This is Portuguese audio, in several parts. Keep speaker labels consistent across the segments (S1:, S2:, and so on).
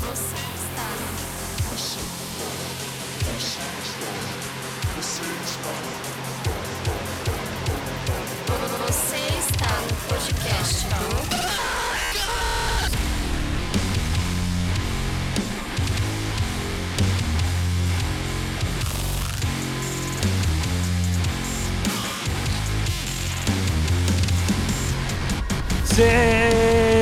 S1: Você está Você está no podcast do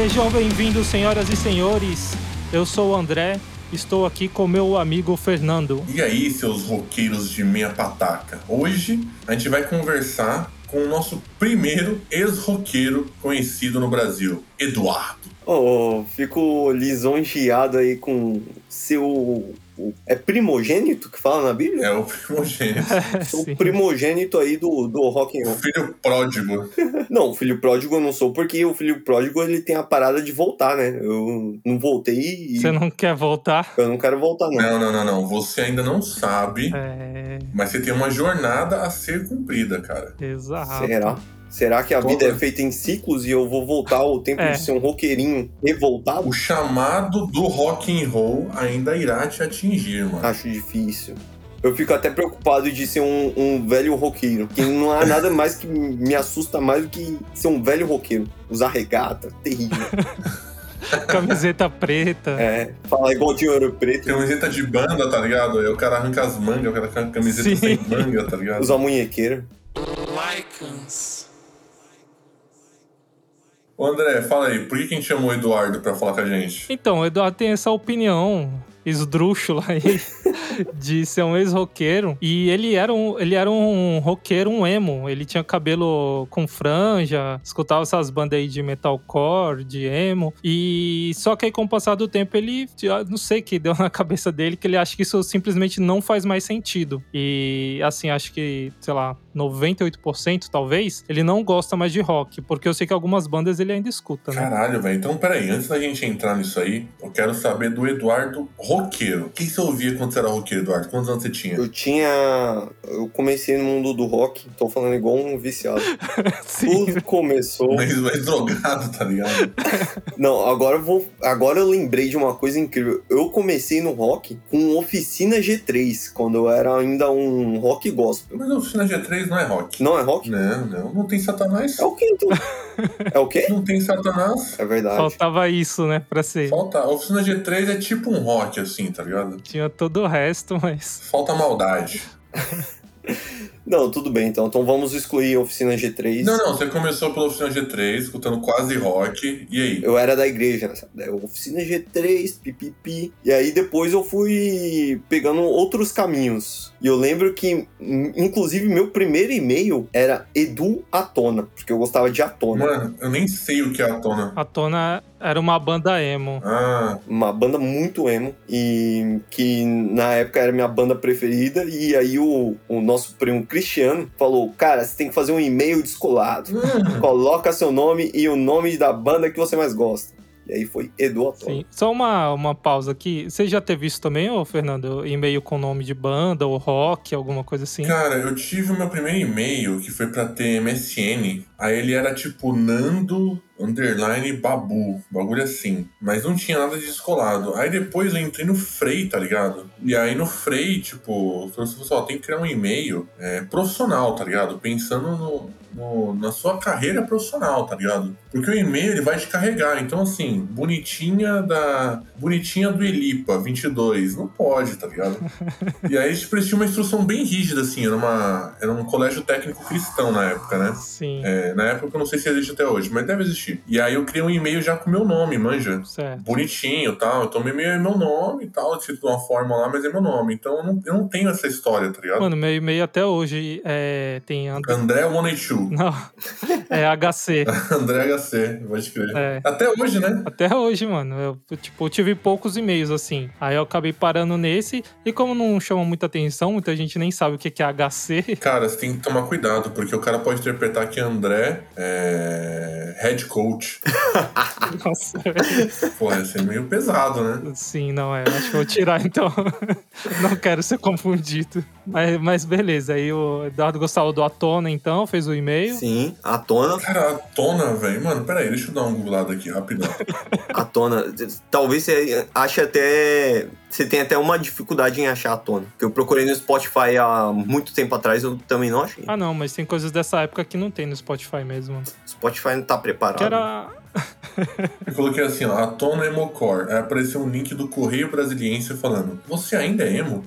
S2: Sejam bem-vindos, senhoras e senhores. Eu sou o André, estou aqui com meu amigo Fernando.
S3: E aí, seus roqueiros de meia pataca? Hoje a gente vai conversar com o nosso primeiro ex-roqueiro conhecido no Brasil, Eduardo.
S4: Oh, fico lisonjeado aí com seu. É primogênito que fala na Bíblia?
S3: É o primogênito,
S4: sou
S2: É, Sim.
S4: primogênito aí do, do rock
S3: o
S4: and roll.
S3: filho pródigo.
S4: Não, filho pródigo eu não sou, porque o filho pródigo ele tem a parada de voltar, né? Eu não voltei e
S2: Você não É. quer voltar?
S4: eu não quero voltar, não.
S3: Não, não, não, não. Você ainda não sabe,
S2: É,
S3: mas você tem uma jornada a ser cumprida, cara.
S2: exato.
S4: Será? Será que a vida
S3: Toda.
S4: é feita em ciclos e eu vou voltar ao tempo
S2: É.
S4: de ser um roqueirinho revoltado?
S3: O chamado do rock and roll ainda irá te atingir, mano.
S2: Ah,
S4: Acho difícil. Eu fico até preocupado de ser um, um velho roqueiro. Que não há nada mais que me assusta mais do que ser um velho roqueiro. Usar regata, terrível.
S2: Camiseta preta.
S4: É, falar igual de ouro preto,
S3: Camiseta de banda, tá ligado? Aí o cara arranca as mangas, o cara com a camiseta
S2: Sim.
S3: sem manga, tá ligado?
S4: usar munhequeira.
S3: Ô André, fala aí, por que, que a gente chamou o Eduardo pra falar com a gente?
S2: Então, o Eduardo tem essa opinião esdrúxula aí de ser um ex-roqueiro. E ele era, um, ele era um roqueiro, um emo. Ele tinha cabelo com franja, escutava essas bandas aí de metalcore, de emo. E só que aí, com o passar do tempo, ele, ah, não sei o que deu na cabeça dele, que ele acha que isso simplesmente não faz mais sentido. E assim, acho que, sei lá, 98% talvez, ele não gosta mais de rock, porque eu sei que algumas bandas ele ainda escuta, né?
S3: Caralho, velho. Então, peraí, antes da gente entrar nisso aí, eu quero saber do Eduardo roqueiro. O que você ouvia quando você era roqueiro, Eduardo? Quantos anos você tinha?
S4: Eu tinha. Eu comecei no mundo do rock, tô falando igual um viciado.
S2: Sim.
S4: Tudo começou.
S3: Mas, mas drogado, tá ligado?
S4: Não, agora eu vou. Agora eu lembrei de uma coisa incrível. Eu comecei no rock com oficina G3, quando eu era ainda um rock gospel.
S3: Mas a oficina G3 não é rock.
S4: Não é rock?
S3: Não, não. Não tem satanás.
S4: É o quê então? É o quê?
S3: Não tem satanás.
S4: É verdade.
S2: Faltava isso, né? Pra ser.
S3: Falta. A oficina G3 é tipo um rock, assim, tá ligado?
S2: Tinha todo o resto, mas.
S3: Falta maldade.
S4: Não, tudo bem então. Então vamos excluir a oficina G3.
S3: Não, não. Você começou pela oficina G3, escutando quase rock. E aí?
S4: Eu era da igreja, sabe? oficina G3, pipipi. E aí depois eu fui pegando outros caminhos. E eu lembro que, in- inclusive, meu primeiro e-mail era Edu Atona, porque eu gostava de Atona.
S3: Mano, eu nem sei o que é a tona.
S2: A Tona era uma banda emo.
S3: Ah,
S4: Uma banda muito emo e que na época era minha banda preferida. E aí o, o nosso primo Cristiano falou: Cara, você tem que fazer um e-mail descolado.
S3: Hum.
S4: Coloca seu nome e o nome da banda que você mais gosta. E aí foi Edu Atona.
S2: Sim. Só uma, uma pausa aqui. Você já teve isso também, ô Fernando? E-mail com nome de banda, ou rock, alguma coisa assim?
S3: Cara, eu tive o meu primeiro e-mail que foi pra ter MSN. Aí ele era tipo Nando underline babu, bagulho assim. Mas não tinha nada de descolado. Aí depois eu entrei no Frei, tá ligado? E aí no Frei, tipo, falou assim, pessoal, tem que criar um e-mail é, profissional, tá ligado? Pensando no, no- na sua carreira profissional, tá ligado? Porque o e-mail ele vai te carregar. Então, assim, bonitinha da. Bonitinha do Elipa 22. Não pode, tá ligado? E aí, tipo, eles tinham uma instrução bem rígida, assim, era, uma, era um colégio técnico cristão na época, né?
S2: Sim,
S3: É, na época eu não sei se existe até hoje, mas deve existir. E aí eu criei um e-mail já com meu nome, manja.
S2: certo.
S3: Bonitinho e tal. Então meu e-mail é meu nome e tal, escrito de uma forma lá, mas é meu nome. Então eu não, eu não tenho essa história, tá ligado?
S2: Mano, meu e-mail até hoje é, tem. And...
S3: André 182,
S2: Não, é HC.
S3: André HC, pode escrever.
S2: É.
S3: Até hoje, né?
S2: Até hoje, mano. Eu, tipo, eu tive poucos e-mails assim. Aí eu acabei parando nesse. E como não chama muita atenção, muita gente nem sabe o que que é HC.
S3: Cara, você tem que tomar cuidado, porque o cara pode interpretar que André é head coach.
S2: Nossa,
S3: Pô, ia ser meio pesado, né?
S2: sim, não é. Acho que eu vou tirar então. não quero ser confundido. Mas, mas beleza, aí o Eduardo Gustavo do Atona então fez o e-mail.
S4: Sim, a tona,
S3: Cara, a tona, velho. Mano, peraí, deixa eu dar um googlado aqui, rapidão.
S4: a tona. Talvez você ache até. Você tem até uma dificuldade em achar a tona. Porque eu procurei no Spotify há muito tempo atrás, eu também não achei.
S2: Ah, não, mas tem coisas dessa época que não tem no Spotify mesmo.
S4: Spotify não tá preparado.
S2: Que era
S3: Eu coloquei assim, ó, a tona Emocor. Aí apareceu um link do Correio Brasiliense falando, você ainda é emo?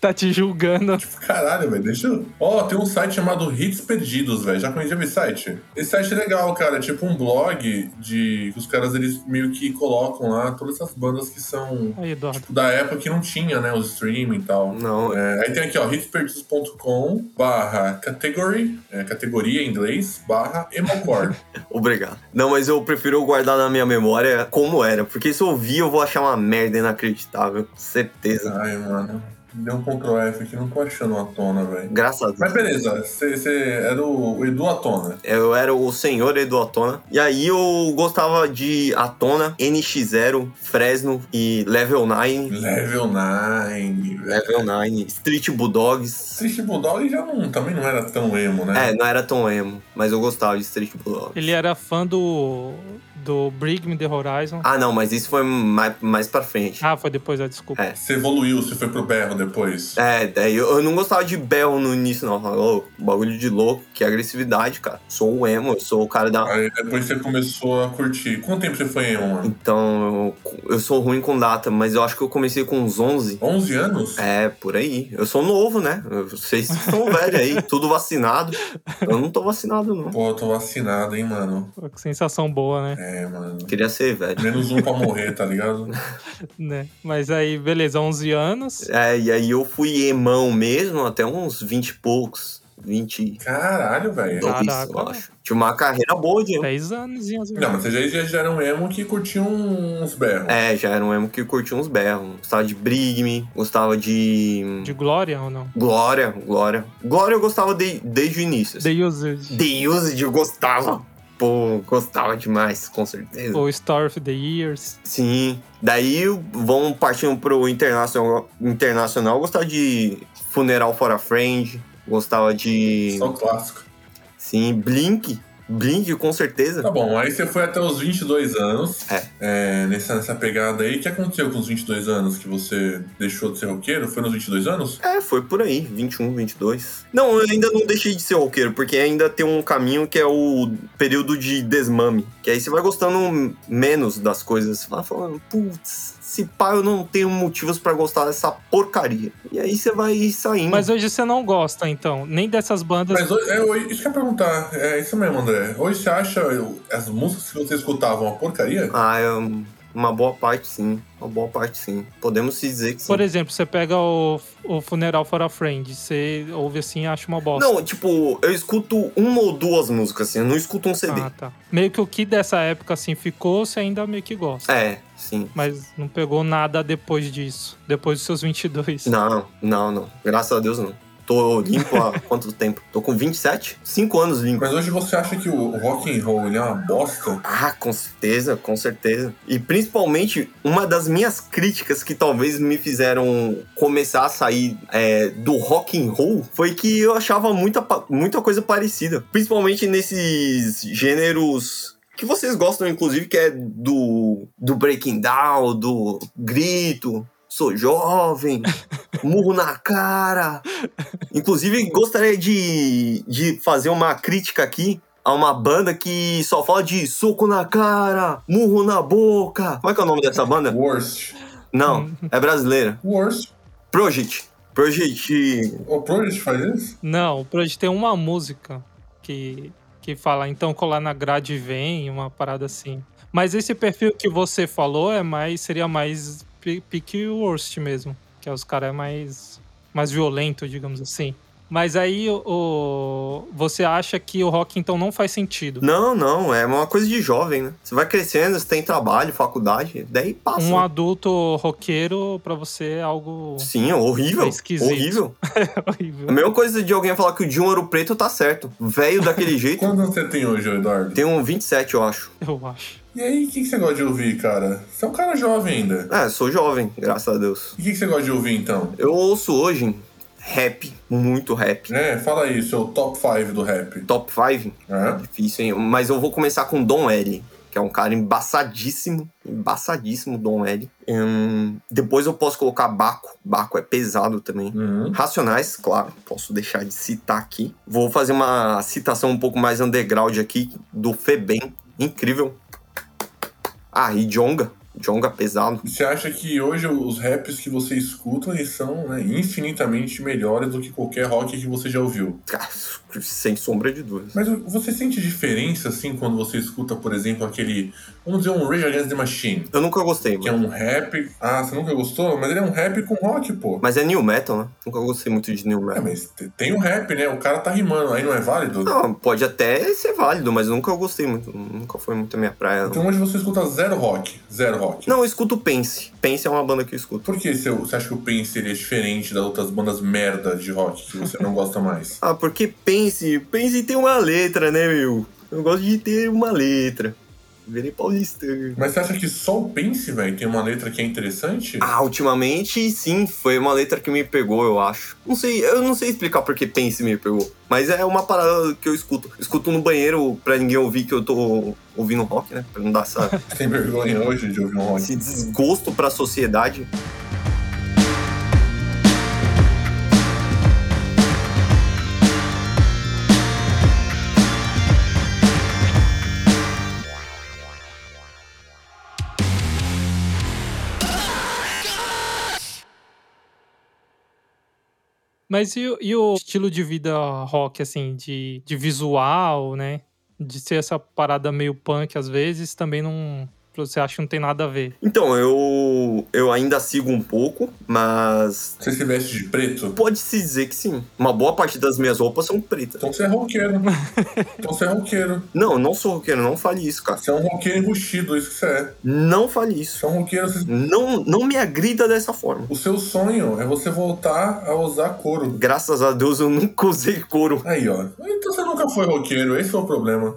S2: tá te julgando.
S3: Tipo, caralho, velho, deixa eu... Ó, tem um site chamado Hits Perdidos, velho. Já conheceu esse site? Esse site é legal, cara. É tipo um blog de... que Os caras, eles meio que colocam lá todas essas bandas que são...
S2: Aí, Eduardo.
S3: tipo, Da época que não tinha, né, os streaming e tal.
S4: Não,
S3: É, aí tem aqui, ó, hitsperdidos.com barra category, é, categoria em inglês, barra emocore.
S4: né? Obrigado. Não, mas eu prefiro guardar na minha memória como era, porque se eu ouvir eu vou achar uma merda inacreditável. Certeza.
S3: Ai, mano, deu um Ctrl F aqui, não tô achando a tona, velho.
S4: Graças a Deus.
S3: Mas beleza, você era o o Edu Atona.
S4: Eu era o senhor Edu Atona. E aí eu gostava de Atona, NX0, Fresno e Level 9.
S3: Level 9, velho.
S4: Level 9, Street Bulldogs.
S3: Triste Bulldog já não, também não era tão emo, né?
S4: É, não era tão emo, mas eu gostava de Street Bulldogs.
S2: Ele era fã do. do Bring Me the Horizon.
S4: Ah, não, mas isso foi mais, mais pra frente.
S2: Ah, foi depois, ah, desculpa.
S4: É.
S3: Você evoluiu, você foi pro berro depois.
S4: É, daí eu, eu não gostava de berro no início, não. Eu falava, "Ô, bagulho de louco, que agressividade, cara. Sou o emo, eu sou o cara da
S3: Aí depois você começou a curtir. Quanto tempo você foi emo, mano?
S4: Então, eu, eu sou ruim com data, mas eu acho que eu comecei com uns 11.
S3: 11 anos?
S4: É, por aí. Eu sou novo, né? Vocês que são velhos aí, tudo vacinado. Eu não tô vacinado, não.
S3: Pô, eu tô vacinado, hein, mano.
S2: Pô, que sensação boa, né?
S3: É, mano.
S4: Queria ser velho.
S3: Menos um pra morrer, tá ligado?
S2: né? Mas aí, beleza, 11 anos.
S4: É, e aí eu fui emão mesmo até uns 20 e poucos. 20
S3: Caralho, velho.
S2: Caraca.
S4: eu acho. Tinha uma carreira boa de emo.
S2: 10 anos.
S3: Não, mas você já, já era um emo que curtia uns berros.
S4: É, já era um emo que curtia uns berros. Gostava de Brigme, gostava de.
S2: De glória ou não?
S4: Glória, Glória. Glória eu gostava de- desde o início. assim.
S2: The Usage.
S4: The Usage eu gostava. Pô, gostava demais, com certeza.
S2: Ou Star of the Years.
S4: Sim. Daí vão partindo pro internacional. internacional. Eu gostava de Funeral for a Friend. Gostava de.
S3: Só clássico.
S4: Sim, Blink. Blink, com certeza.
S3: Tá bom, aí você foi até os 22 anos.
S4: É.
S3: É, nessa, nessa pegada aí. O que aconteceu com os 22 anos que você deixou de ser roqueiro? Foi nos 22 anos?
S4: É, foi por aí, 21, 22. Não, eu ainda não deixei de ser roqueiro, porque ainda tem um caminho que é o período de desmame. Que aí você vai gostando menos das coisas. Você vai falando, putz, se pá, eu não tenho motivos pra gostar dessa porcaria. E aí você vai saindo.
S2: Mas hoje você não gosta, então. Nem dessas bandas.
S3: Mas hoje, é, hoje- isso que eu ia perguntar. É isso mesmo, André. Hoje você acha eu- as músicas que você escutava uma porcaria?
S4: Ah, é um- uma boa parte sim. Uma boa parte sim. Podemos se dizer que sim.
S2: Por exemplo, você pega o, o Funeral for a Friend, você ouve assim e acha uma bosta.
S4: Não, tipo, eu escuto uma ou duas músicas, assim, eu não escuto um CD.
S2: Ah, tá. Meio que o que dessa época assim ficou, você ainda meio que gosta.
S4: É, sim.
S2: Mas não pegou nada depois disso. Depois dos seus 22.
S4: Não, não, não. Graças a Deus não. Tô limpo há quanto tempo? Tô com 27? 5 anos limpo.
S3: Mas hoje você acha que o rock and roll ele é uma bosta?
S4: Ah, com certeza, com certeza. E principalmente, uma das minhas críticas que talvez me fizeram começar a sair é, do rock and roll foi que eu achava muita, pa- muita coisa parecida. Principalmente nesses gêneros que vocês gostam, inclusive, que é do, do breaking down, do grito. Sou jovem, murro na cara. Inclusive, gostaria de, de fazer uma crítica aqui a uma banda que só fala de soco na cara, murro na boca. Como é que é o nome dessa banda?
S3: Worst.
S4: Não, é brasileira.
S3: Worst.
S4: Project. Project.
S3: O Project faz isso?
S2: Não, o Project tem uma música que, que fala, então colar na grade vem, uma parada assim. Mas esse perfil que você falou é mais seria mais pi- pique worst mesmo, que é os caras mais mais é violento, digamos assim. Mas aí o- o, você acha que o rock então não faz sentido.
S4: Não, não, é uma coisa de jovem, né? Você vai crescendo, você tem trabalho, faculdade, daí passa.
S2: Um
S4: né?
S2: adulto roqueiro pra você é algo
S4: Sim, é horrível.
S2: É esquisito.
S4: horrível.
S2: horrível.
S4: A mesma coisa de alguém falar que o Dinho Ouro Preto tá certo. Velho daquele jeito.
S3: Quantos anos você tem hoje, Eduardo?
S4: Tem um 27, eu acho.
S2: Eu acho.
S3: E aí, o que, que você gosta de ouvir, cara? Você é um cara jovem ainda.
S4: É, sou jovem, graças a Deus.
S3: E o que, que você gosta de ouvir, então?
S4: Eu ouço hoje rap, muito rap.
S3: É, fala aí, seu top 5 do rap.
S4: Top 5,
S3: É?
S4: difícil, hein? Mas eu vou começar com Dom L, que é um cara embaçadíssimo. Embaçadíssimo, Dom L. Hum, depois eu posso colocar Baco. Baco é pesado também.
S3: Uhum.
S4: Racionais, claro, posso deixar de citar aqui. Vou fazer uma citação um pouco mais underground aqui do Febem, incrível. Ah, e Jonga, Jonga pesado.
S3: Você acha que hoje os raps que você escuta eles são né, infinitamente melhores do que qualquer rock que você já ouviu?
S4: Ah, sem sombra de dúvidas.
S3: Mas você sente diferença, assim, quando você escuta, por exemplo, aquele. Vamos dizer, um Rage Against the Machine,
S4: Eu nunca gostei,
S3: que é
S4: mano.
S3: um rap. Ah, você nunca gostou? Mas ele é um rap com rock, pô.
S4: Mas é new metal, né? Nunca gostei muito de new
S3: É,
S4: metal.
S3: mas te- tem o rap, né? O cara tá rimando, aí não é válido?
S4: Não, pode até ser válido, mas nunca gostei muito. Nunca foi muito a minha praia. Não,
S3: Então hoje você escuta zero rock. Zero rock.
S4: não eu escuto Pense. Pense é uma banda que eu escuto.
S3: Por que seu- você acha que o Pense ele é diferente das outras bandas merda de rock que você não gosta mais?
S4: Ah, porque pense, pense tem uma letra, né, meu? Eu gosto de ter uma letra. Virei paulistano.
S3: Mas você acha que só o Pense, velho, tem uma letra que é interessante?
S4: Ah, ultimamente sim, foi uma letra que me pegou, eu acho. Não sei, eu não sei explicar porque pense me pegou, mas é uma parada que eu escuto. Escuto no banheiro pra ninguém ouvir que eu tô ouvindo rock, né? Pra não dar essa,
S3: Você tem vergonha hoje de ouvir um rock?
S4: esse desgosto pra sociedade.
S2: Mas e, o- e o estilo de vida rock, assim, de, de visual, né? De ser essa parada meio punk às vezes, também não. Você acha que não tem nada a ver.
S4: Então, eu eu ainda sigo um pouco, mas
S3: Você se veste de preto?
S4: pode-se dizer que sim. Uma boa parte das minhas roupas são pretas.
S3: Então você é roqueiro. Então você é roqueiro.
S4: Não, não sou roqueiro, não fale isso, cara.
S3: Você é um roqueiro enrustido, isso que você é.
S4: Não fale isso.
S3: Você é um roqueiro. você-
S4: Não, não me agrida dessa forma.
S3: O seu sonho é você voltar a usar couro.
S4: Graças a Deus eu nunca usei couro.
S3: Aí, ó. Então você nunca foi roqueiro, esse foi o problema.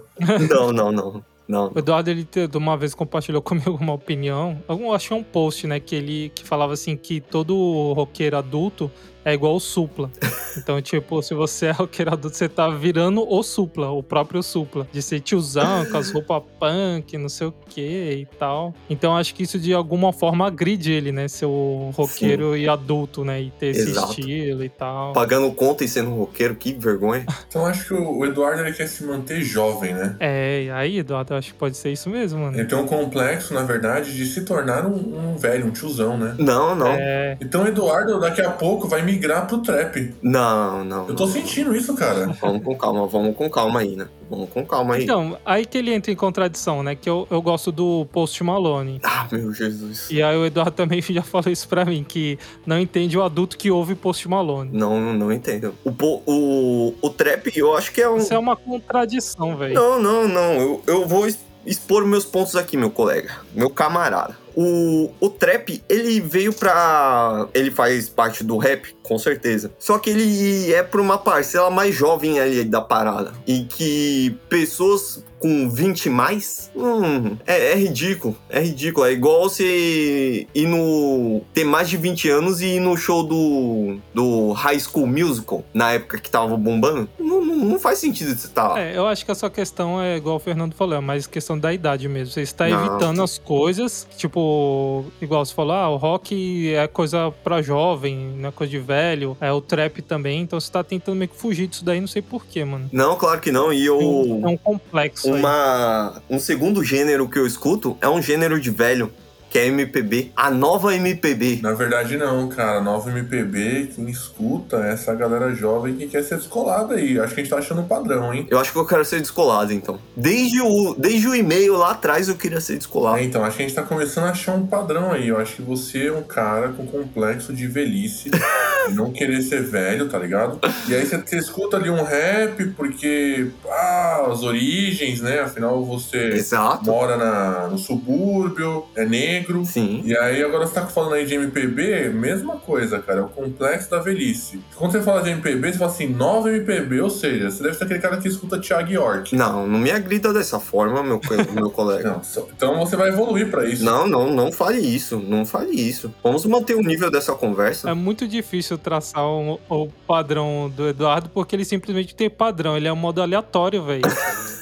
S4: Não, não, não. Não.
S2: O Eduardo, ele te- de uma vez compartilhou comigo uma opinião. Eu achei um post, né, que ele que falava assim que todo roqueiro adulto é igual o supla. Então, tipo, se você é roqueiro adulto, você tá virando o supla, o próprio supla. De ser tiozão, com as roupas punk, não sei o que e tal. Então, acho que isso de alguma forma agride ele, né? Ser o roqueiro e adulto, né? E ter esse
S4: Exato.
S2: estilo e tal.
S4: Pagando conta e sendo roqueiro, que vergonha.
S3: Então acho que o o Eduardo ele quer se manter jovem, né?
S2: É, e aí, Eduardo, eu acho que pode ser isso mesmo, mano.
S3: Ele tem um complexo, na verdade, de se tornar um, um velho, um tiozão, né?
S4: Não, não.
S2: É,
S3: Então Eduardo daqui a pouco vai migrar pro trap.
S4: Não, não.
S3: Eu tô
S4: não.
S3: sentindo isso, cara.
S4: Vamos com calma, vamos com calma aí, né? Vamos com calma aí.
S2: Então, aí que ele entra em contradição, né? Que eu, eu gosto do Post Malone.
S4: Ah, meu Jesus.
S2: E aí o Eduardo também já falou isso pra mim, que não entende o adulto que ouve Post Malone.
S4: Não, não entendo. O, po- o, o trap, eu acho que é um.
S2: Isso é uma contradição, velho.
S4: Não, não, não. Eu, eu vou es- expor meus pontos aqui, meu colega, meu camarada. O, o trap, ele veio pra. Ele faz parte do rap, com certeza. Só que ele é pra uma parcela mais jovem ali da parada. E que pessoas com 20 e mais. Hum, é, é ridículo. É ridículo. É igual você ir no. ter mais de 20 anos e ir no show do. do High School Musical, na época que tava bombando. Não, não, não faz sentido você tá.
S2: É, eu acho que a sua questão é igual o Fernando falou, é mais questão da idade mesmo. Você está
S4: Não.
S2: evitando as coisas, tipo, igual você falou, ah, o rock é coisa pra jovem, não é coisa de velho, é o trap também, então você tá tentando meio que fugir disso daí, não sei porquê, mano.
S4: Não, claro que não. E
S2: É
S4: eu.
S2: um, é um complexo aí.
S4: Uma, um segundo gênero que eu escuto é um gênero de velho, que é MPB. A nova MPB.
S3: Na verdade, não, cara. Nova MPB, quem escuta é essa galera jovem que quer ser descolada aí. Acho que a gente tá achando um padrão, hein?
S4: Eu acho que eu quero ser descolado, então. Desde o, desde o e-mail lá atrás eu queria ser descolado.
S3: É, então, acho que a gente tá começando a achar um padrão aí. Eu acho que você é um cara com complexo de velhice não querer ser velho, tá ligado? E aí você, você escuta ali um rap, porque, ah, as origens, né? Afinal, você
S4: Exato.
S3: mora na, no subúrbio, é negro.
S4: Sim.
S3: E aí, agora você tá falando aí de MPB, mesma coisa, cara. É o complexo da velhice. Quando você fala de MPB, você fala assim, nova MPB, ou seja, você deve ser aquele cara que escuta Thiago York.
S4: Não, não me agrida dessa forma, meu, co- meu colega.
S3: Não, só- então você vai evoluir pra isso.
S4: Não, não, não fale isso. Não fale isso. Vamos manter o nível dessa conversa.
S2: É muito difícil traçar o, o padrão do Eduardo, porque ele simplesmente tem padrão. Ele é um modo aleatório, velho.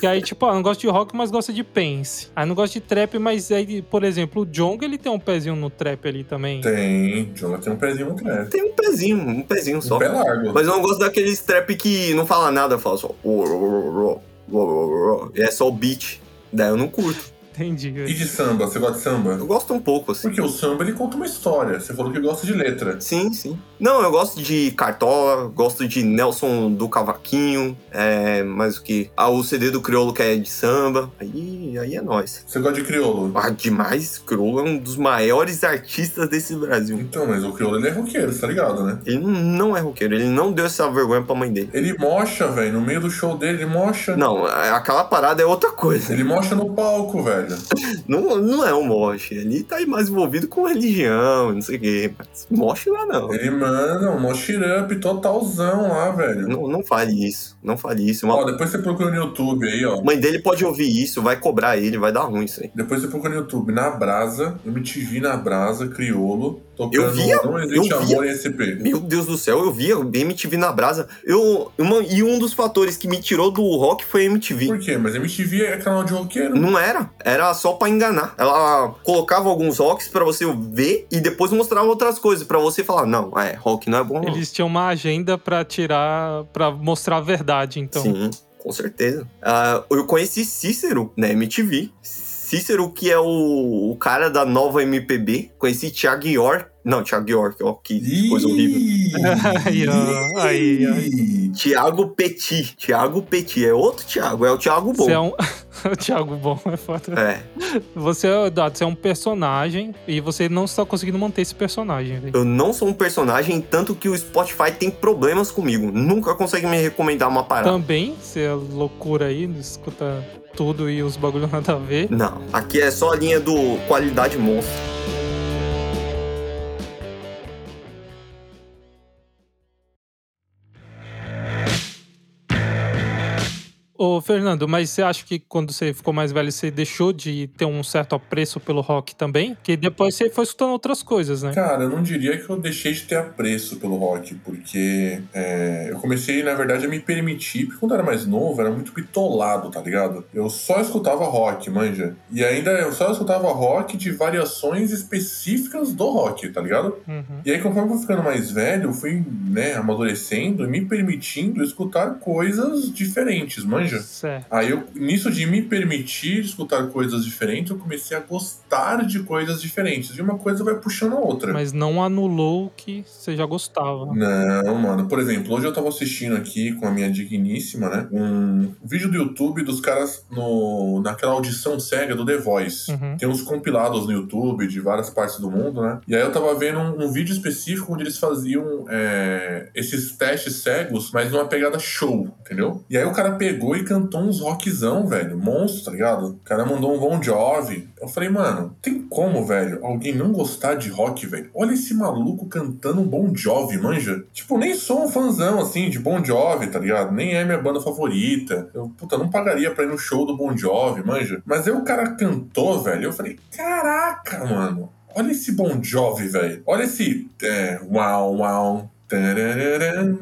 S2: Que aí, tipo, ah, não gosta de rock, mas gosta de pence. Aí não gosta de trap, mas aí, por exemplo, o Jong, ele tem um pezinho no trap ali também.
S3: Tem, Jonathan tem um pezinho no
S2: É
S3: trap.
S4: Tem um pezinho, um pezinho só.
S3: Um pé largo.
S4: Mas eu não gosto daquele trap que não fala nada, fala só. "Uou, uou, uou, uou, uou, uou, uou", E é só o beat. Daí eu não curto.
S2: Entendi.
S3: E
S2: velho.
S3: de samba, você gosta de samba?
S4: Eu gosto um pouco, assim.
S3: Porque o samba ele conta uma história. Você falou que gosta de letra.
S4: Sim, sim. Não, eu gosto de Cartola, gosto de Nelson do Cavaquinho, é, mais o que? Ah, o CD do Criolo que é de samba. Aí, aí é nóis.
S3: Você gosta de crioulo.
S4: Ah, demais, Criolo é um dos maiores artistas desse Brasil.
S3: Então, mas o crioulo ele é roqueiro, você tá ligado, né?
S4: Ele não- não é roqueiro, ele não deu essa vergonha pra mãe dele.
S3: Ele mocha, velho. No meio do show dele, ele mocha.
S4: Não, a- aquela parada é outra coisa.
S3: Ele mocha no palco, velho.
S4: Não, não é um moche. Ele tá aí mais envolvido com religião, não sei o quê. Mas moche lá não.
S3: Ele, mano, um mosh it up totalzão lá, velho.
S4: não. Não fale isso, não fale isso. Uma-
S3: Ó, depois você procura no YouTube aí, ó.
S4: Mãe dele pode ouvir isso, vai cobrar ele, vai dar ruim isso aí.
S3: Depois você procura no YouTube, na Brasa, MTV na Brasa, Criolo, tocando
S4: Eu via,
S3: Não Existe
S4: eu
S3: Amor em SP.
S4: Meu Deus do céu, eu via MTV na brasa. Eu, uma- e um dos fatores que me tirou do rock foi a MTV.
S3: Por quê? Mas MTV é canal de roqueiro.
S4: Não era, era só pra enganar. Ela colocava alguns rocks pra você ver e depois mostrava outras coisas pra você falar: não, é, rock não é bom. Não.
S2: Eles tinham uma agenda pra tirar, pra mostrar a verdade, então.
S4: Sim, com certeza. Ah, eu conheci Cícero na MTV. Cícero, que é o, o cara da nova MPB. Conheci Thiago York. Não, Thiago York, ó, que coisa horrível.
S2: Aí, ó. Aí, ó.
S4: Thiago Petit. Thiago Petit. É outro Thiago. É o Thiago Bom.
S2: Você é um. o Thiago Bom é foda.
S4: É.
S2: Você, Eduardo, você é um personagem e você não está conseguindo manter esse personagem, velho.
S4: Eu não sou um personagem, tanto que o Spotify tem problemas comigo. Nunca consegue me recomendar uma parada.
S2: Também, você é loucura aí, escuta tudo e os bagulhos nada a ver.
S4: Não. Aqui é só a linha do qualidade monstro.
S2: Ô, Fernando, mas você acha que quando você ficou mais velho, você deixou de ter um certo apreço pelo rock também? Que depois você foi escutando outras coisas, né?
S3: Cara, eu não diria que eu deixei de ter apreço pelo rock, porque é, eu comecei, na verdade, a me permitir, porque quando eu era mais novo, era muito bitolado, tá ligado? Eu só escutava rock, manja. E ainda eu só escutava rock de variações específicas do rock, tá ligado?
S2: Uhum.
S3: E aí, conforme eu fui ficando mais velho, eu fui, né, amadurecendo e me permitindo escutar coisas diferentes, manja.
S2: Certo.
S3: Aí eu, nisso de me permitir escutar coisas diferentes, eu comecei a gostar de coisas diferentes. E uma coisa vai puxando a outra.
S2: Mas não anulou o que você já gostava.
S3: Não, mano. Por exemplo, hoje eu tava assistindo aqui com a minha digníssima, né? Um vídeo do YouTube dos caras no, naquela audição cega do The Voice.
S2: Uhum.
S3: Tem uns compilados no YouTube de várias partes do mundo, né? E aí eu tava vendo um, um vídeo específico onde eles faziam é, esses testes cegos, mas numa pegada show, entendeu? E aí o cara pegou e cantou uns rockzão, velho. Monstro, tá ligado? O cara mandou um Bon Jovi. Eu falei, mano, tem como, velho, alguém não gostar de rock, velho? Olha esse maluco cantando um Bon Jovi, manja? Tipo, nem sou um fãzão, assim, de Bon Jovi, tá ligado? Nem é minha banda favorita. Eu, puta, não pagaria pra ir no show do Bon Jovi, manja? Mas aí o cara cantou, velho, eu falei, caraca, mano. Olha esse Bon Jovi, velho. Olha esse... É, uau, uau. tarararam,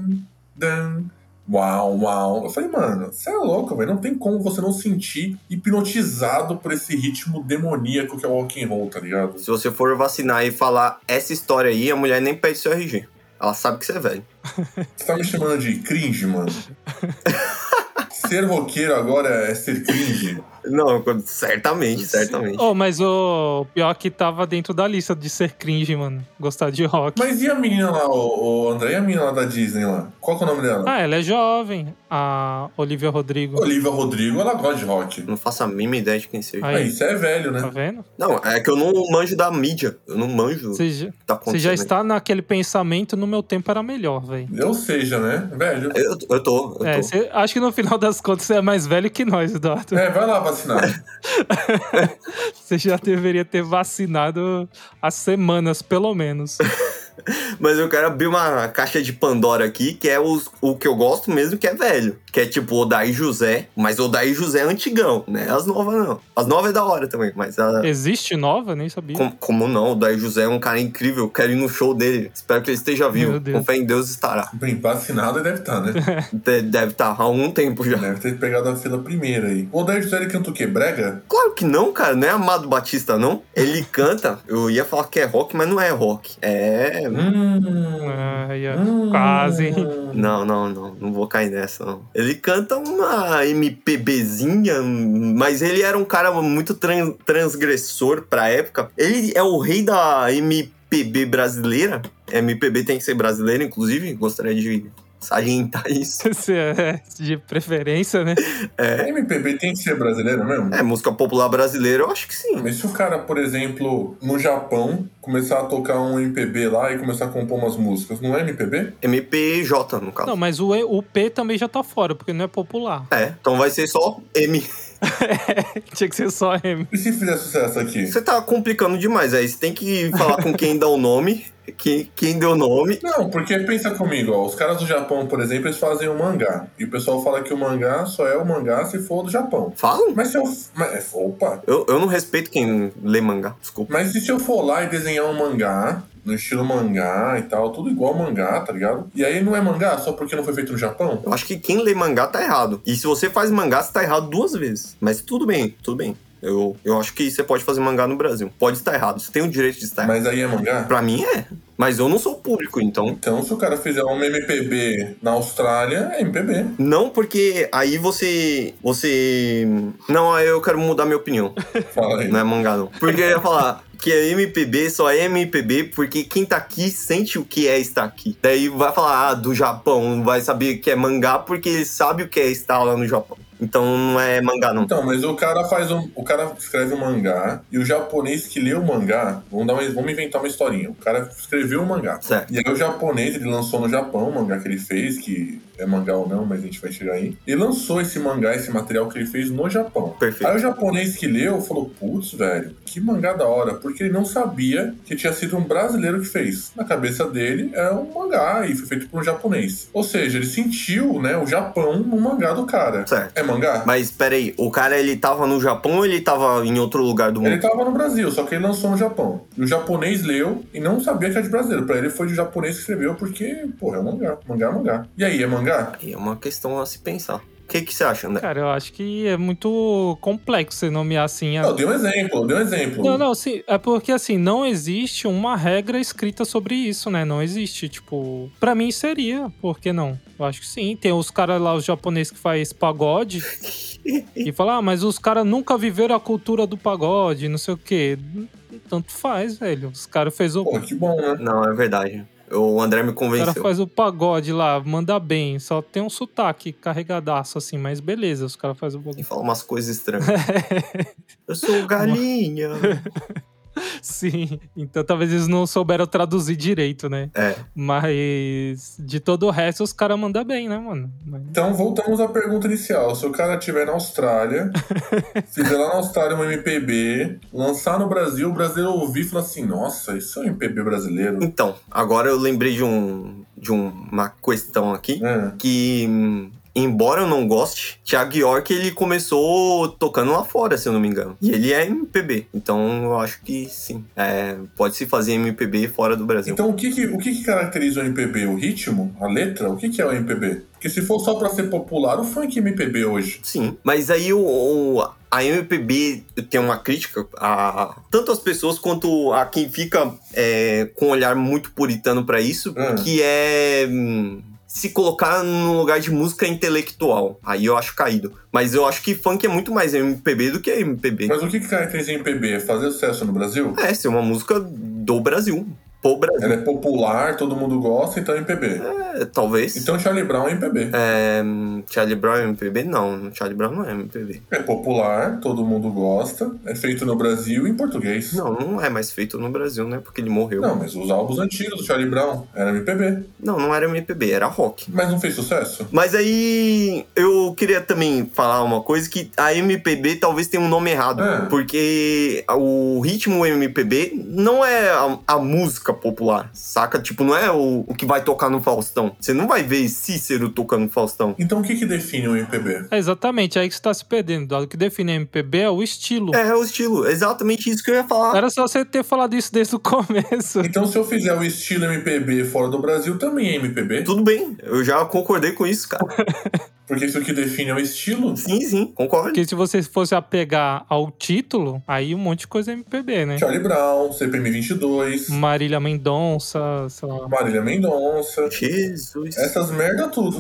S3: dan, Uau, uau. Eu falei, mano, você é louco, velho. Não tem como você não sentir hipnotizado por esse ritmo demoníaco que é o rock and roll, tá ligado?
S4: Se você for vacinar e falar essa história aí, a mulher nem pede seu RG. Ela sabe que você é velho.
S3: Você tá me chamando de cringe, mano? ser roqueiro agora é ser cringe?
S4: Não, certamente, certamente.
S2: Oh, mas o pior é que tava dentro da lista de ser cringe, mano. Gostar de rock.
S3: Mas e a menina lá, o, André? E a menina lá da Disney lá? Qual que é o nome dela?
S2: Ah, é. ela é jovem, a Olivia Rodrigo.
S3: Olivia Rodrigo, ela gosta de rock.
S4: Não faço a mínima ideia de quem seja.
S3: Aí,
S2: Aí.
S3: isso é velho,
S2: Tá
S3: né?
S2: vendo?
S4: Não, é que eu não manjo da mídia. Eu não manjo o
S2: Você já,
S4: que
S2: você
S4: tá acontecendo.
S2: já está naquele pensamento, no meu tempo era melhor, velho.
S3: Ou seja, né? Velho.
S4: Eu, eu tô, eu
S2: É,
S4: tô.
S2: você- acho que no final das contas você é mais velho que nós, Eduardo.
S3: É, vai lá vacinar.
S2: Você já deveria ter vacinado as semanas, pelo menos.
S4: Mas eu quero abrir uma caixa de Pandora aqui, que é os, o que eu gosto mesmo, que é velho. Que é tipo Odaí José, mas Odaí José é antigão, né? As novas não. As novas é da hora também, mas a,
S2: Existe nova? Nem sabia.
S4: Com- Como, não? O Daí José é um cara incrível. Eu quero ir no show dele. Espero que ele esteja vivo.
S2: Meu Deus.
S4: Com fé em Deus estará.
S3: Bem, vacinado deve estar, né?
S4: De- deve estar há um tempo já.
S3: Deve ter pegado a fila primeira aí. O Odair José ele canta o quê? Brega?
S4: Claro que não, cara. Não é Amado Batista, não. Ele canta. Eu ia falar que é rock, mas não é rock. É.
S3: Hum.
S2: Ai, ai.
S3: hum.
S2: Quase.
S4: Não, não, não. Não vou cair nessa, não. Ele canta uma MPBzinha, mas ele era um cara muito tran- transgressor pra época. Ele é o rei da MPB brasileira. MPB tem que ser brasileira, inclusive. Gostaria de salientar isso.
S2: Você é de preferência, né?
S3: MPB tem que ser brasileiro mesmo?
S4: É, música popular brasileira, eu acho que sim.
S3: Mas se o cara, por exemplo, no Japão, começar a tocar um MPB lá e começar a compor umas músicas, não é MPB?
S4: MPJ, no caso.
S2: Não, mas o, E- o P também já tá fora, porque não é popular.
S4: É, então vai ser só M.
S2: Tinha que ser só M.
S3: E se fizer sucesso aqui?
S4: Você tá complicando demais, aí você tem que falar com quem dá o nome, quem, quem deu o nome.
S3: Não, porque pensa comigo, ó, os caras do Japão, por exemplo, eles fazem um mangá. E o pessoal fala que o mangá só é o mangá se for do Japão.
S4: Falam?
S3: Mas se eu. Mas, opa!
S4: Eu, eu não respeito quem lê mangá, desculpa.
S3: Mas e se eu for lá e desenhar um mangá, no estilo mangá e tal, tudo igual mangá, tá ligado? E aí não é mangá só porque não foi feito no Japão?
S4: Eu acho que quem lê mangá tá errado. E se você faz mangá, você tá errado duas vezes. Mas tudo bem, tudo bem. Eu, eu acho que você pode fazer mangá no Brasil. Pode estar errado, você tem o direito de estar errado.
S3: Mas aí é mangá?
S4: Pra mim é. Mas eu não sou público, então
S3: Então, se o cara fizer um MPB na Austrália, é MPB.
S4: Não, porque aí você. Você. Não, aí eu quero mudar minha opinião.
S3: Fala aí.
S4: Não é mangá, não. Porque eu ia falar que é MPB só é MPB porque quem tá aqui sente o que é estar aqui. Daí vai falar, ah, do Japão, vai saber que é mangá porque ele sabe o que é estar lá no Japão. Então não é mangá, não.
S3: Então, mas o cara faz um. O cara escreve um mangá e o japonês que lê o mangá. Vamos, dar uma, vamos inventar uma historinha. O cara escreveu um mangá.
S4: Certo.
S3: E aí o japonês, ele lançou no Japão o mangá que ele fez, que é mangá ou não, mas a gente vai chegar aí. Ele lançou esse mangá, esse material que ele fez no Japão.
S4: Perfeito.
S3: Aí o japonês que leu falou, putz, velho, que mangá da hora, porque ele não sabia que tinha sido um brasileiro que fez. Na cabeça dele é um mangá e foi feito por um japonês. Ou seja, ele sentiu, né, o Japão no mangá do cara.
S4: Certo.
S3: É mangá?
S4: Mas peraí, o cara ele tava no Japão ou ele tava em outro lugar do
S3: Ele
S4: mundo?
S3: tava no Brasil, só que ele lançou no Japão. E o japonês leu e não sabia que era de brasileiro. Pra ele foi de japonês que escreveu, porque, porra, é um mangá. Mangá é mangá. E aí, é mangá?
S4: Aí é uma questão a se pensar. O que, que você acha, André?
S2: Cara, eu acho que é muito complexo você nomear assim.
S3: Não,
S2: A...
S3: eu dei um exemplo, eu dei um exemplo.
S2: Não, não, sim, é porque assim, não existe uma regra escrita sobre isso, né? Não existe, tipo, pra mim seria, por que não? Eu acho que sim, tem os caras lá, os japoneses que faz pagode e fala, ah, mas os caras nunca viveram a cultura do pagode, não sei o quê. Tanto faz, velho. Os caras fez o
S3: Porra, que bom, né?
S4: Não, é verdade. O André me
S2: O cara
S4: convenceu.
S2: faz o pagode lá, manda bem, só tem um sotaque carregadaço assim, mas beleza, os caras fazem o
S4: e
S2: bagulho.
S4: fala umas coisas estranhas. Eu sou galinha.
S2: Sim, então talvez eles não souberam traduzir direito, né?
S4: É.
S2: Mas de todo o resto os caras mandam bem, né, mano? Mas-
S3: Então voltamos à pergunta inicial. Se o cara estiver na Austrália, fizer lá na Austrália um MPB, lançar no Brasil, o brasileiro ouvir e falar assim, nossa, isso é um MPB brasileiro.
S4: Então, agora eu lembrei de um de um- uma questão aqui
S3: É.
S4: que hum, embora eu não goste, Thiago York ele começou tocando lá fora, se eu não me engano. E ele é MPB, então eu acho que sim. É, pode se fazer MPB fora do Brasil.
S3: Então o que, que- o que, que caracteriza o MPB? O ritmo? A letra? O que, que é o MPB? Porque se for só pra ser popular, o funk é MPB hoje.
S4: Sim, mas aí o, o- a MPB tem uma crítica a tanto as pessoas quanto a quem fica é, com um olhar muito puritano pra isso,
S3: Hum.
S4: que é hum, se colocar no lugar de música intelectual. Aí eu acho caído. Mas eu acho que funk é muito mais MPB do que MPB.
S3: Mas o que que caracteriza a MPB? É fazer sucesso no Brasil?
S4: É, ser uma música do Brasil. Pro Brasil,
S3: Ela é popular, todo mundo gosta, então é MPB.
S4: é, talvez.
S3: Então Charlie Brown é MPB.
S4: É, hum, Charlie Brown é MPB? Não, Charlie Brown não é MPB.
S3: É popular, todo mundo gosta, é feito no Brasil em português.
S4: Não, não é mais feito no Brasil, né? Porque ele morreu.
S3: Não, mas os álbuns antigos do Charlie Brown era MPB,
S4: não, não era MPB, era rock.
S3: mas não fez sucesso.
S4: Mas aí eu queria também falar uma coisa que a MPB talvez tenha um nome errado,
S3: Ah.
S4: porque o ritmo MPB não é a, a música popular, saca? Tipo, não é o, o que vai tocar no Faustão. Você não vai ver Cícero tocando Faustão.
S3: Então o que, que define um MPB?
S2: É exatamente, aí que você tá se perdendo. O que define MPB é o estilo.
S4: É o estilo, é exatamente isso que eu ia falar.
S2: Era só você ter falado isso desde o começo.
S3: Então se eu fizer o estilo MPB fora do Brasil, também é MPB?
S4: Tudo bem, eu já concordei com isso, cara.
S3: Porque isso que define é o estilo.
S4: Sim, sim, concordo.
S2: Porque se você fosse apegar ao título, aí um monte de coisa é MPB, né?
S3: Charlie Brown, CPM 22,
S2: Marília Mendonça, sei lá.
S3: Marília Mendonça,
S4: Jesus.
S3: essas merda tudo.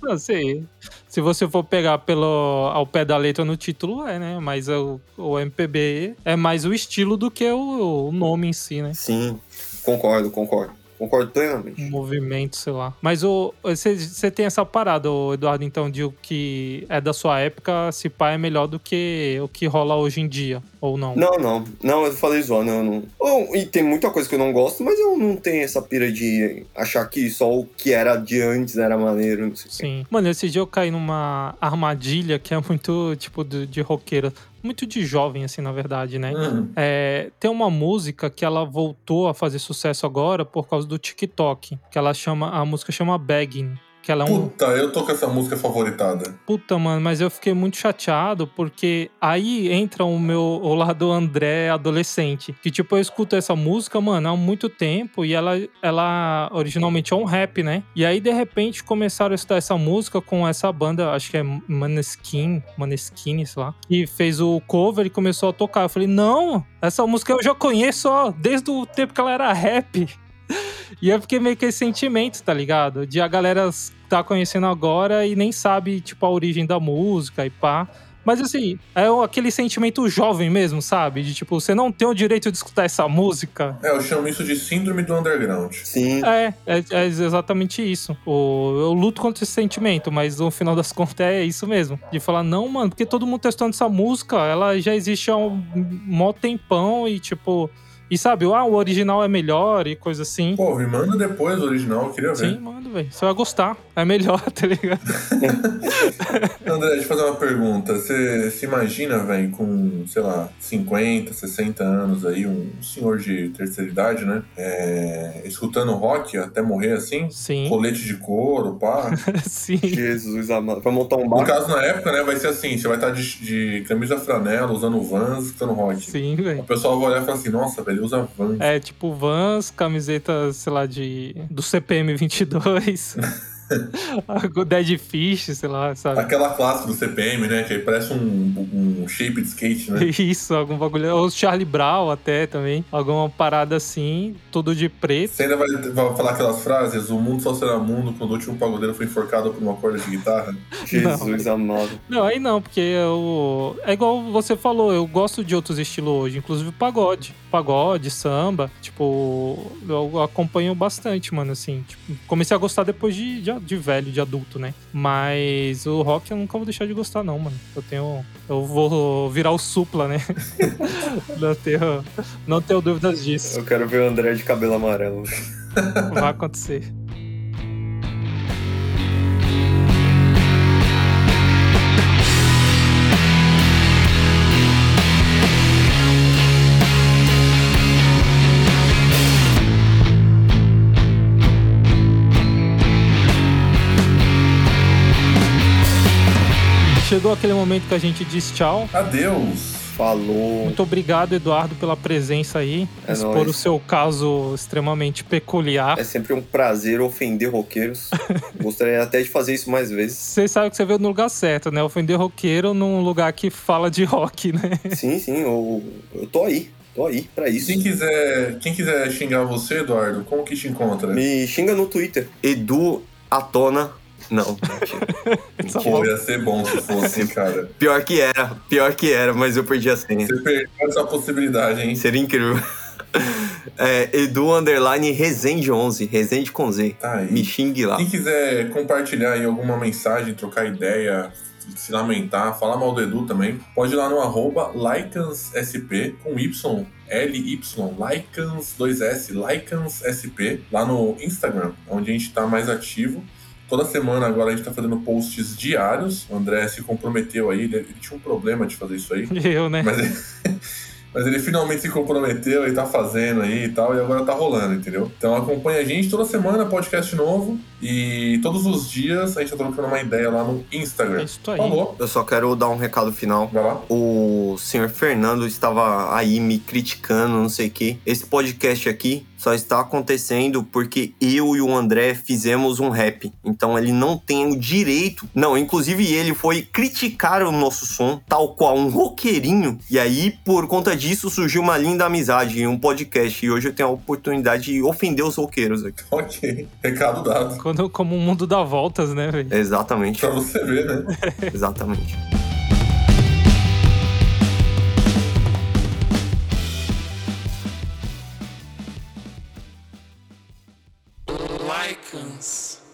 S2: Não Ah, sei. Se você for pegar pelo, ao pé da letra no título, é, né? Mas o, o MPB é mais o estilo do que o, o nome em si, né?
S4: Sim, concordo, concordo. Concordo plenamente.
S2: Um movimento, sei lá. Mas o você- você tem essa parada, ô, Eduardo, então, de o que é da sua época, se pá, é melhor do que o que rola hoje em dia, ou não?
S4: Não, não. Não, eu falei zoando, eu não. Oh, e tem muita coisa que eu não gosto, mas eu não tenho essa pira de achar que só o que era de antes era maneiro, não sei o quê.
S2: Sim. Mano, esse dia eu caí numa armadilha que é muito, tipo, de, de roqueira. Muito de jovem, assim, na verdade, né?
S3: Hum.
S2: É, tem uma música que ela voltou a fazer sucesso agora por causa do TikTok, que ela chama, a música chama Begging, que ela é um
S3: Puta, eu tô com essa música favoritada.
S2: puta, mano, mas eu fiquei muito chateado porque aí entra o meu o lado André adolescente, que tipo eu escuto essa música, mano, há muito tempo e ela ela originalmente é um rap, né? E aí de repente começaram a estudar essa música com essa banda, acho que é Maneskin, Maneskin, sei lá, e fez o cover e começou a tocar. Eu falei: "Não, essa música eu já conheço, ó, desde o tempo que ela era rap". E eu fiquei meio que esse sentimento, tá ligado? De a galera tá conhecendo agora e nem sabe, tipo, a origem da música e pá. Mas assim, é o- aquele sentimento jovem mesmo, sabe? De tipo, você não tem o direito de escutar essa música.
S3: É, eu chamo isso de síndrome do underground.
S4: Sim.
S2: É, é, é exatamente isso. O, eu luto contra esse sentimento, mas no final das contas é isso mesmo. De falar, não, mano, porque todo mundo testando essa música, ela já existe há um mó tempão e tipo. E sabe, ah, o original é melhor e coisa assim.
S3: Pô, me manda depois o original, eu queria ver.
S2: Sim, manda, velho. Você vai gostar. É melhor, tá ligado?
S3: André, deixa eu fazer uma pergunta. Você se imagina, velho, com, sei lá, 50, 60 anos aí, um senhor de terceira idade, né? É, escutando rock até morrer assim?
S2: Sim,
S3: Colete de couro, pá.
S2: sim.
S4: Jesus amado. Pra montar um
S3: No
S4: bar.
S3: caso, na época, né, vai ser assim: você vai estar de, de camisa franela, usando vans, escutando rock.
S2: Sim,
S3: O
S2: velho.
S3: pessoal vai olhar e falar assim: nossa, velho, usa vans.
S2: É tipo Vans, camiseta, sei lá, de do CPM 22. algo Dead Fish, sei lá, sabe?
S3: Aquela clássica do CPM, né? Que aí parece um, um shape de skate, né?
S2: Isso, algum bagulho. Ou Charlie Brown até também. Alguma parada assim, tudo de preto.
S3: Você ainda vai, vai falar aquelas frases? O mundo só será mundo quando o último pagodeiro foi enforcado por uma corda de guitarra?
S4: Jesus amado.
S2: Não, aí não, porque eu. É igual você falou, eu gosto de outros estilos hoje, inclusive pagode. Pagode, samba, tipo, eu acompanho bastante, mano, assim. tipo, comecei a gostar depois de, de, de velho, de adulto, né? Mas o rock eu nunca vou deixar de gostar, não, mano. Eu tenho. Eu vou virar o supla, né? não, tenho, não tenho dúvidas disso.
S4: Eu quero ver o André de cabelo amarelo.
S2: Vai acontecer. Chegou aquele momento que a gente diz tchau.
S3: Adeus!
S4: Falou.
S2: Muito obrigado, Eduardo, pela presença aí.
S4: É
S2: expor
S4: nóis.
S2: o seu caso extremamente peculiar.
S4: É sempre um prazer ofender roqueiros. Gostaria até de fazer isso mais vezes.
S2: Você sabe que você veio no lugar certo, né? Ofender roqueiro num lugar que fala de rock, né?
S4: Sim, sim, eu, eu tô aí. Tô aí pra
S3: E
S4: isso.
S3: quem quiser, quem quiser xingar você, Eduardo, como que te encontra?
S4: Me xinga no Twitter. Edu à tona. Não, mentira.
S2: Essa
S4: Mentira.
S3: Pô, ia ser bom se fosse, cara.
S4: Pior que era, pior que era, mas eu perdi a senha.
S3: Você perdeu essa possibilidade, hein?
S4: Seria incrível. É, Edu Underline Resende 11, Resende com Z.
S3: Tá aí.
S4: Me xingue lá.
S3: Quem quiser compartilhar aí alguma mensagem, trocar ideia, se lamentar, falar mal do Edu também, pode ir lá no arroba LycansSP com Y, L-Y, Lycans 2S, LycansSP, lá no Instagram, onde a gente tá mais ativo. Toda semana agora a gente tá fazendo posts diários. O André se comprometeu aí, ele ele tinha um problema de fazer isso aí.
S2: Eu, né?
S3: Mas ele, mas ele finalmente se comprometeu e tá fazendo aí e tal, e agora tá rolando, entendeu? Então acompanha a gente toda semana, podcast novo, e todos os dias a gente tá trocando uma ideia lá no
S2: É
S3: Instagram.
S2: isso aí.
S3: Falou,
S4: Eu só quero dar um recado final.
S3: vai lá.
S4: O senhor Fernando estava aí me criticando, não sei o quê. Esse podcast aqui só está acontecendo porque eu e o André fizemos um rap. Então ele não tem o direito. Não, inclusive ele foi criticar o nosso som, tal qual um roqueirinho. E aí, por conta disso, surgiu uma linda amizade e um podcast. E hoje eu tenho a oportunidade de ofender os roqueiros aqui.
S3: Ok, recado dado.
S2: Quando, como o mundo dá voltas, né, velho?
S4: Exatamente,
S3: Pra você ver, né?
S4: exatamente.
S5: Lycans.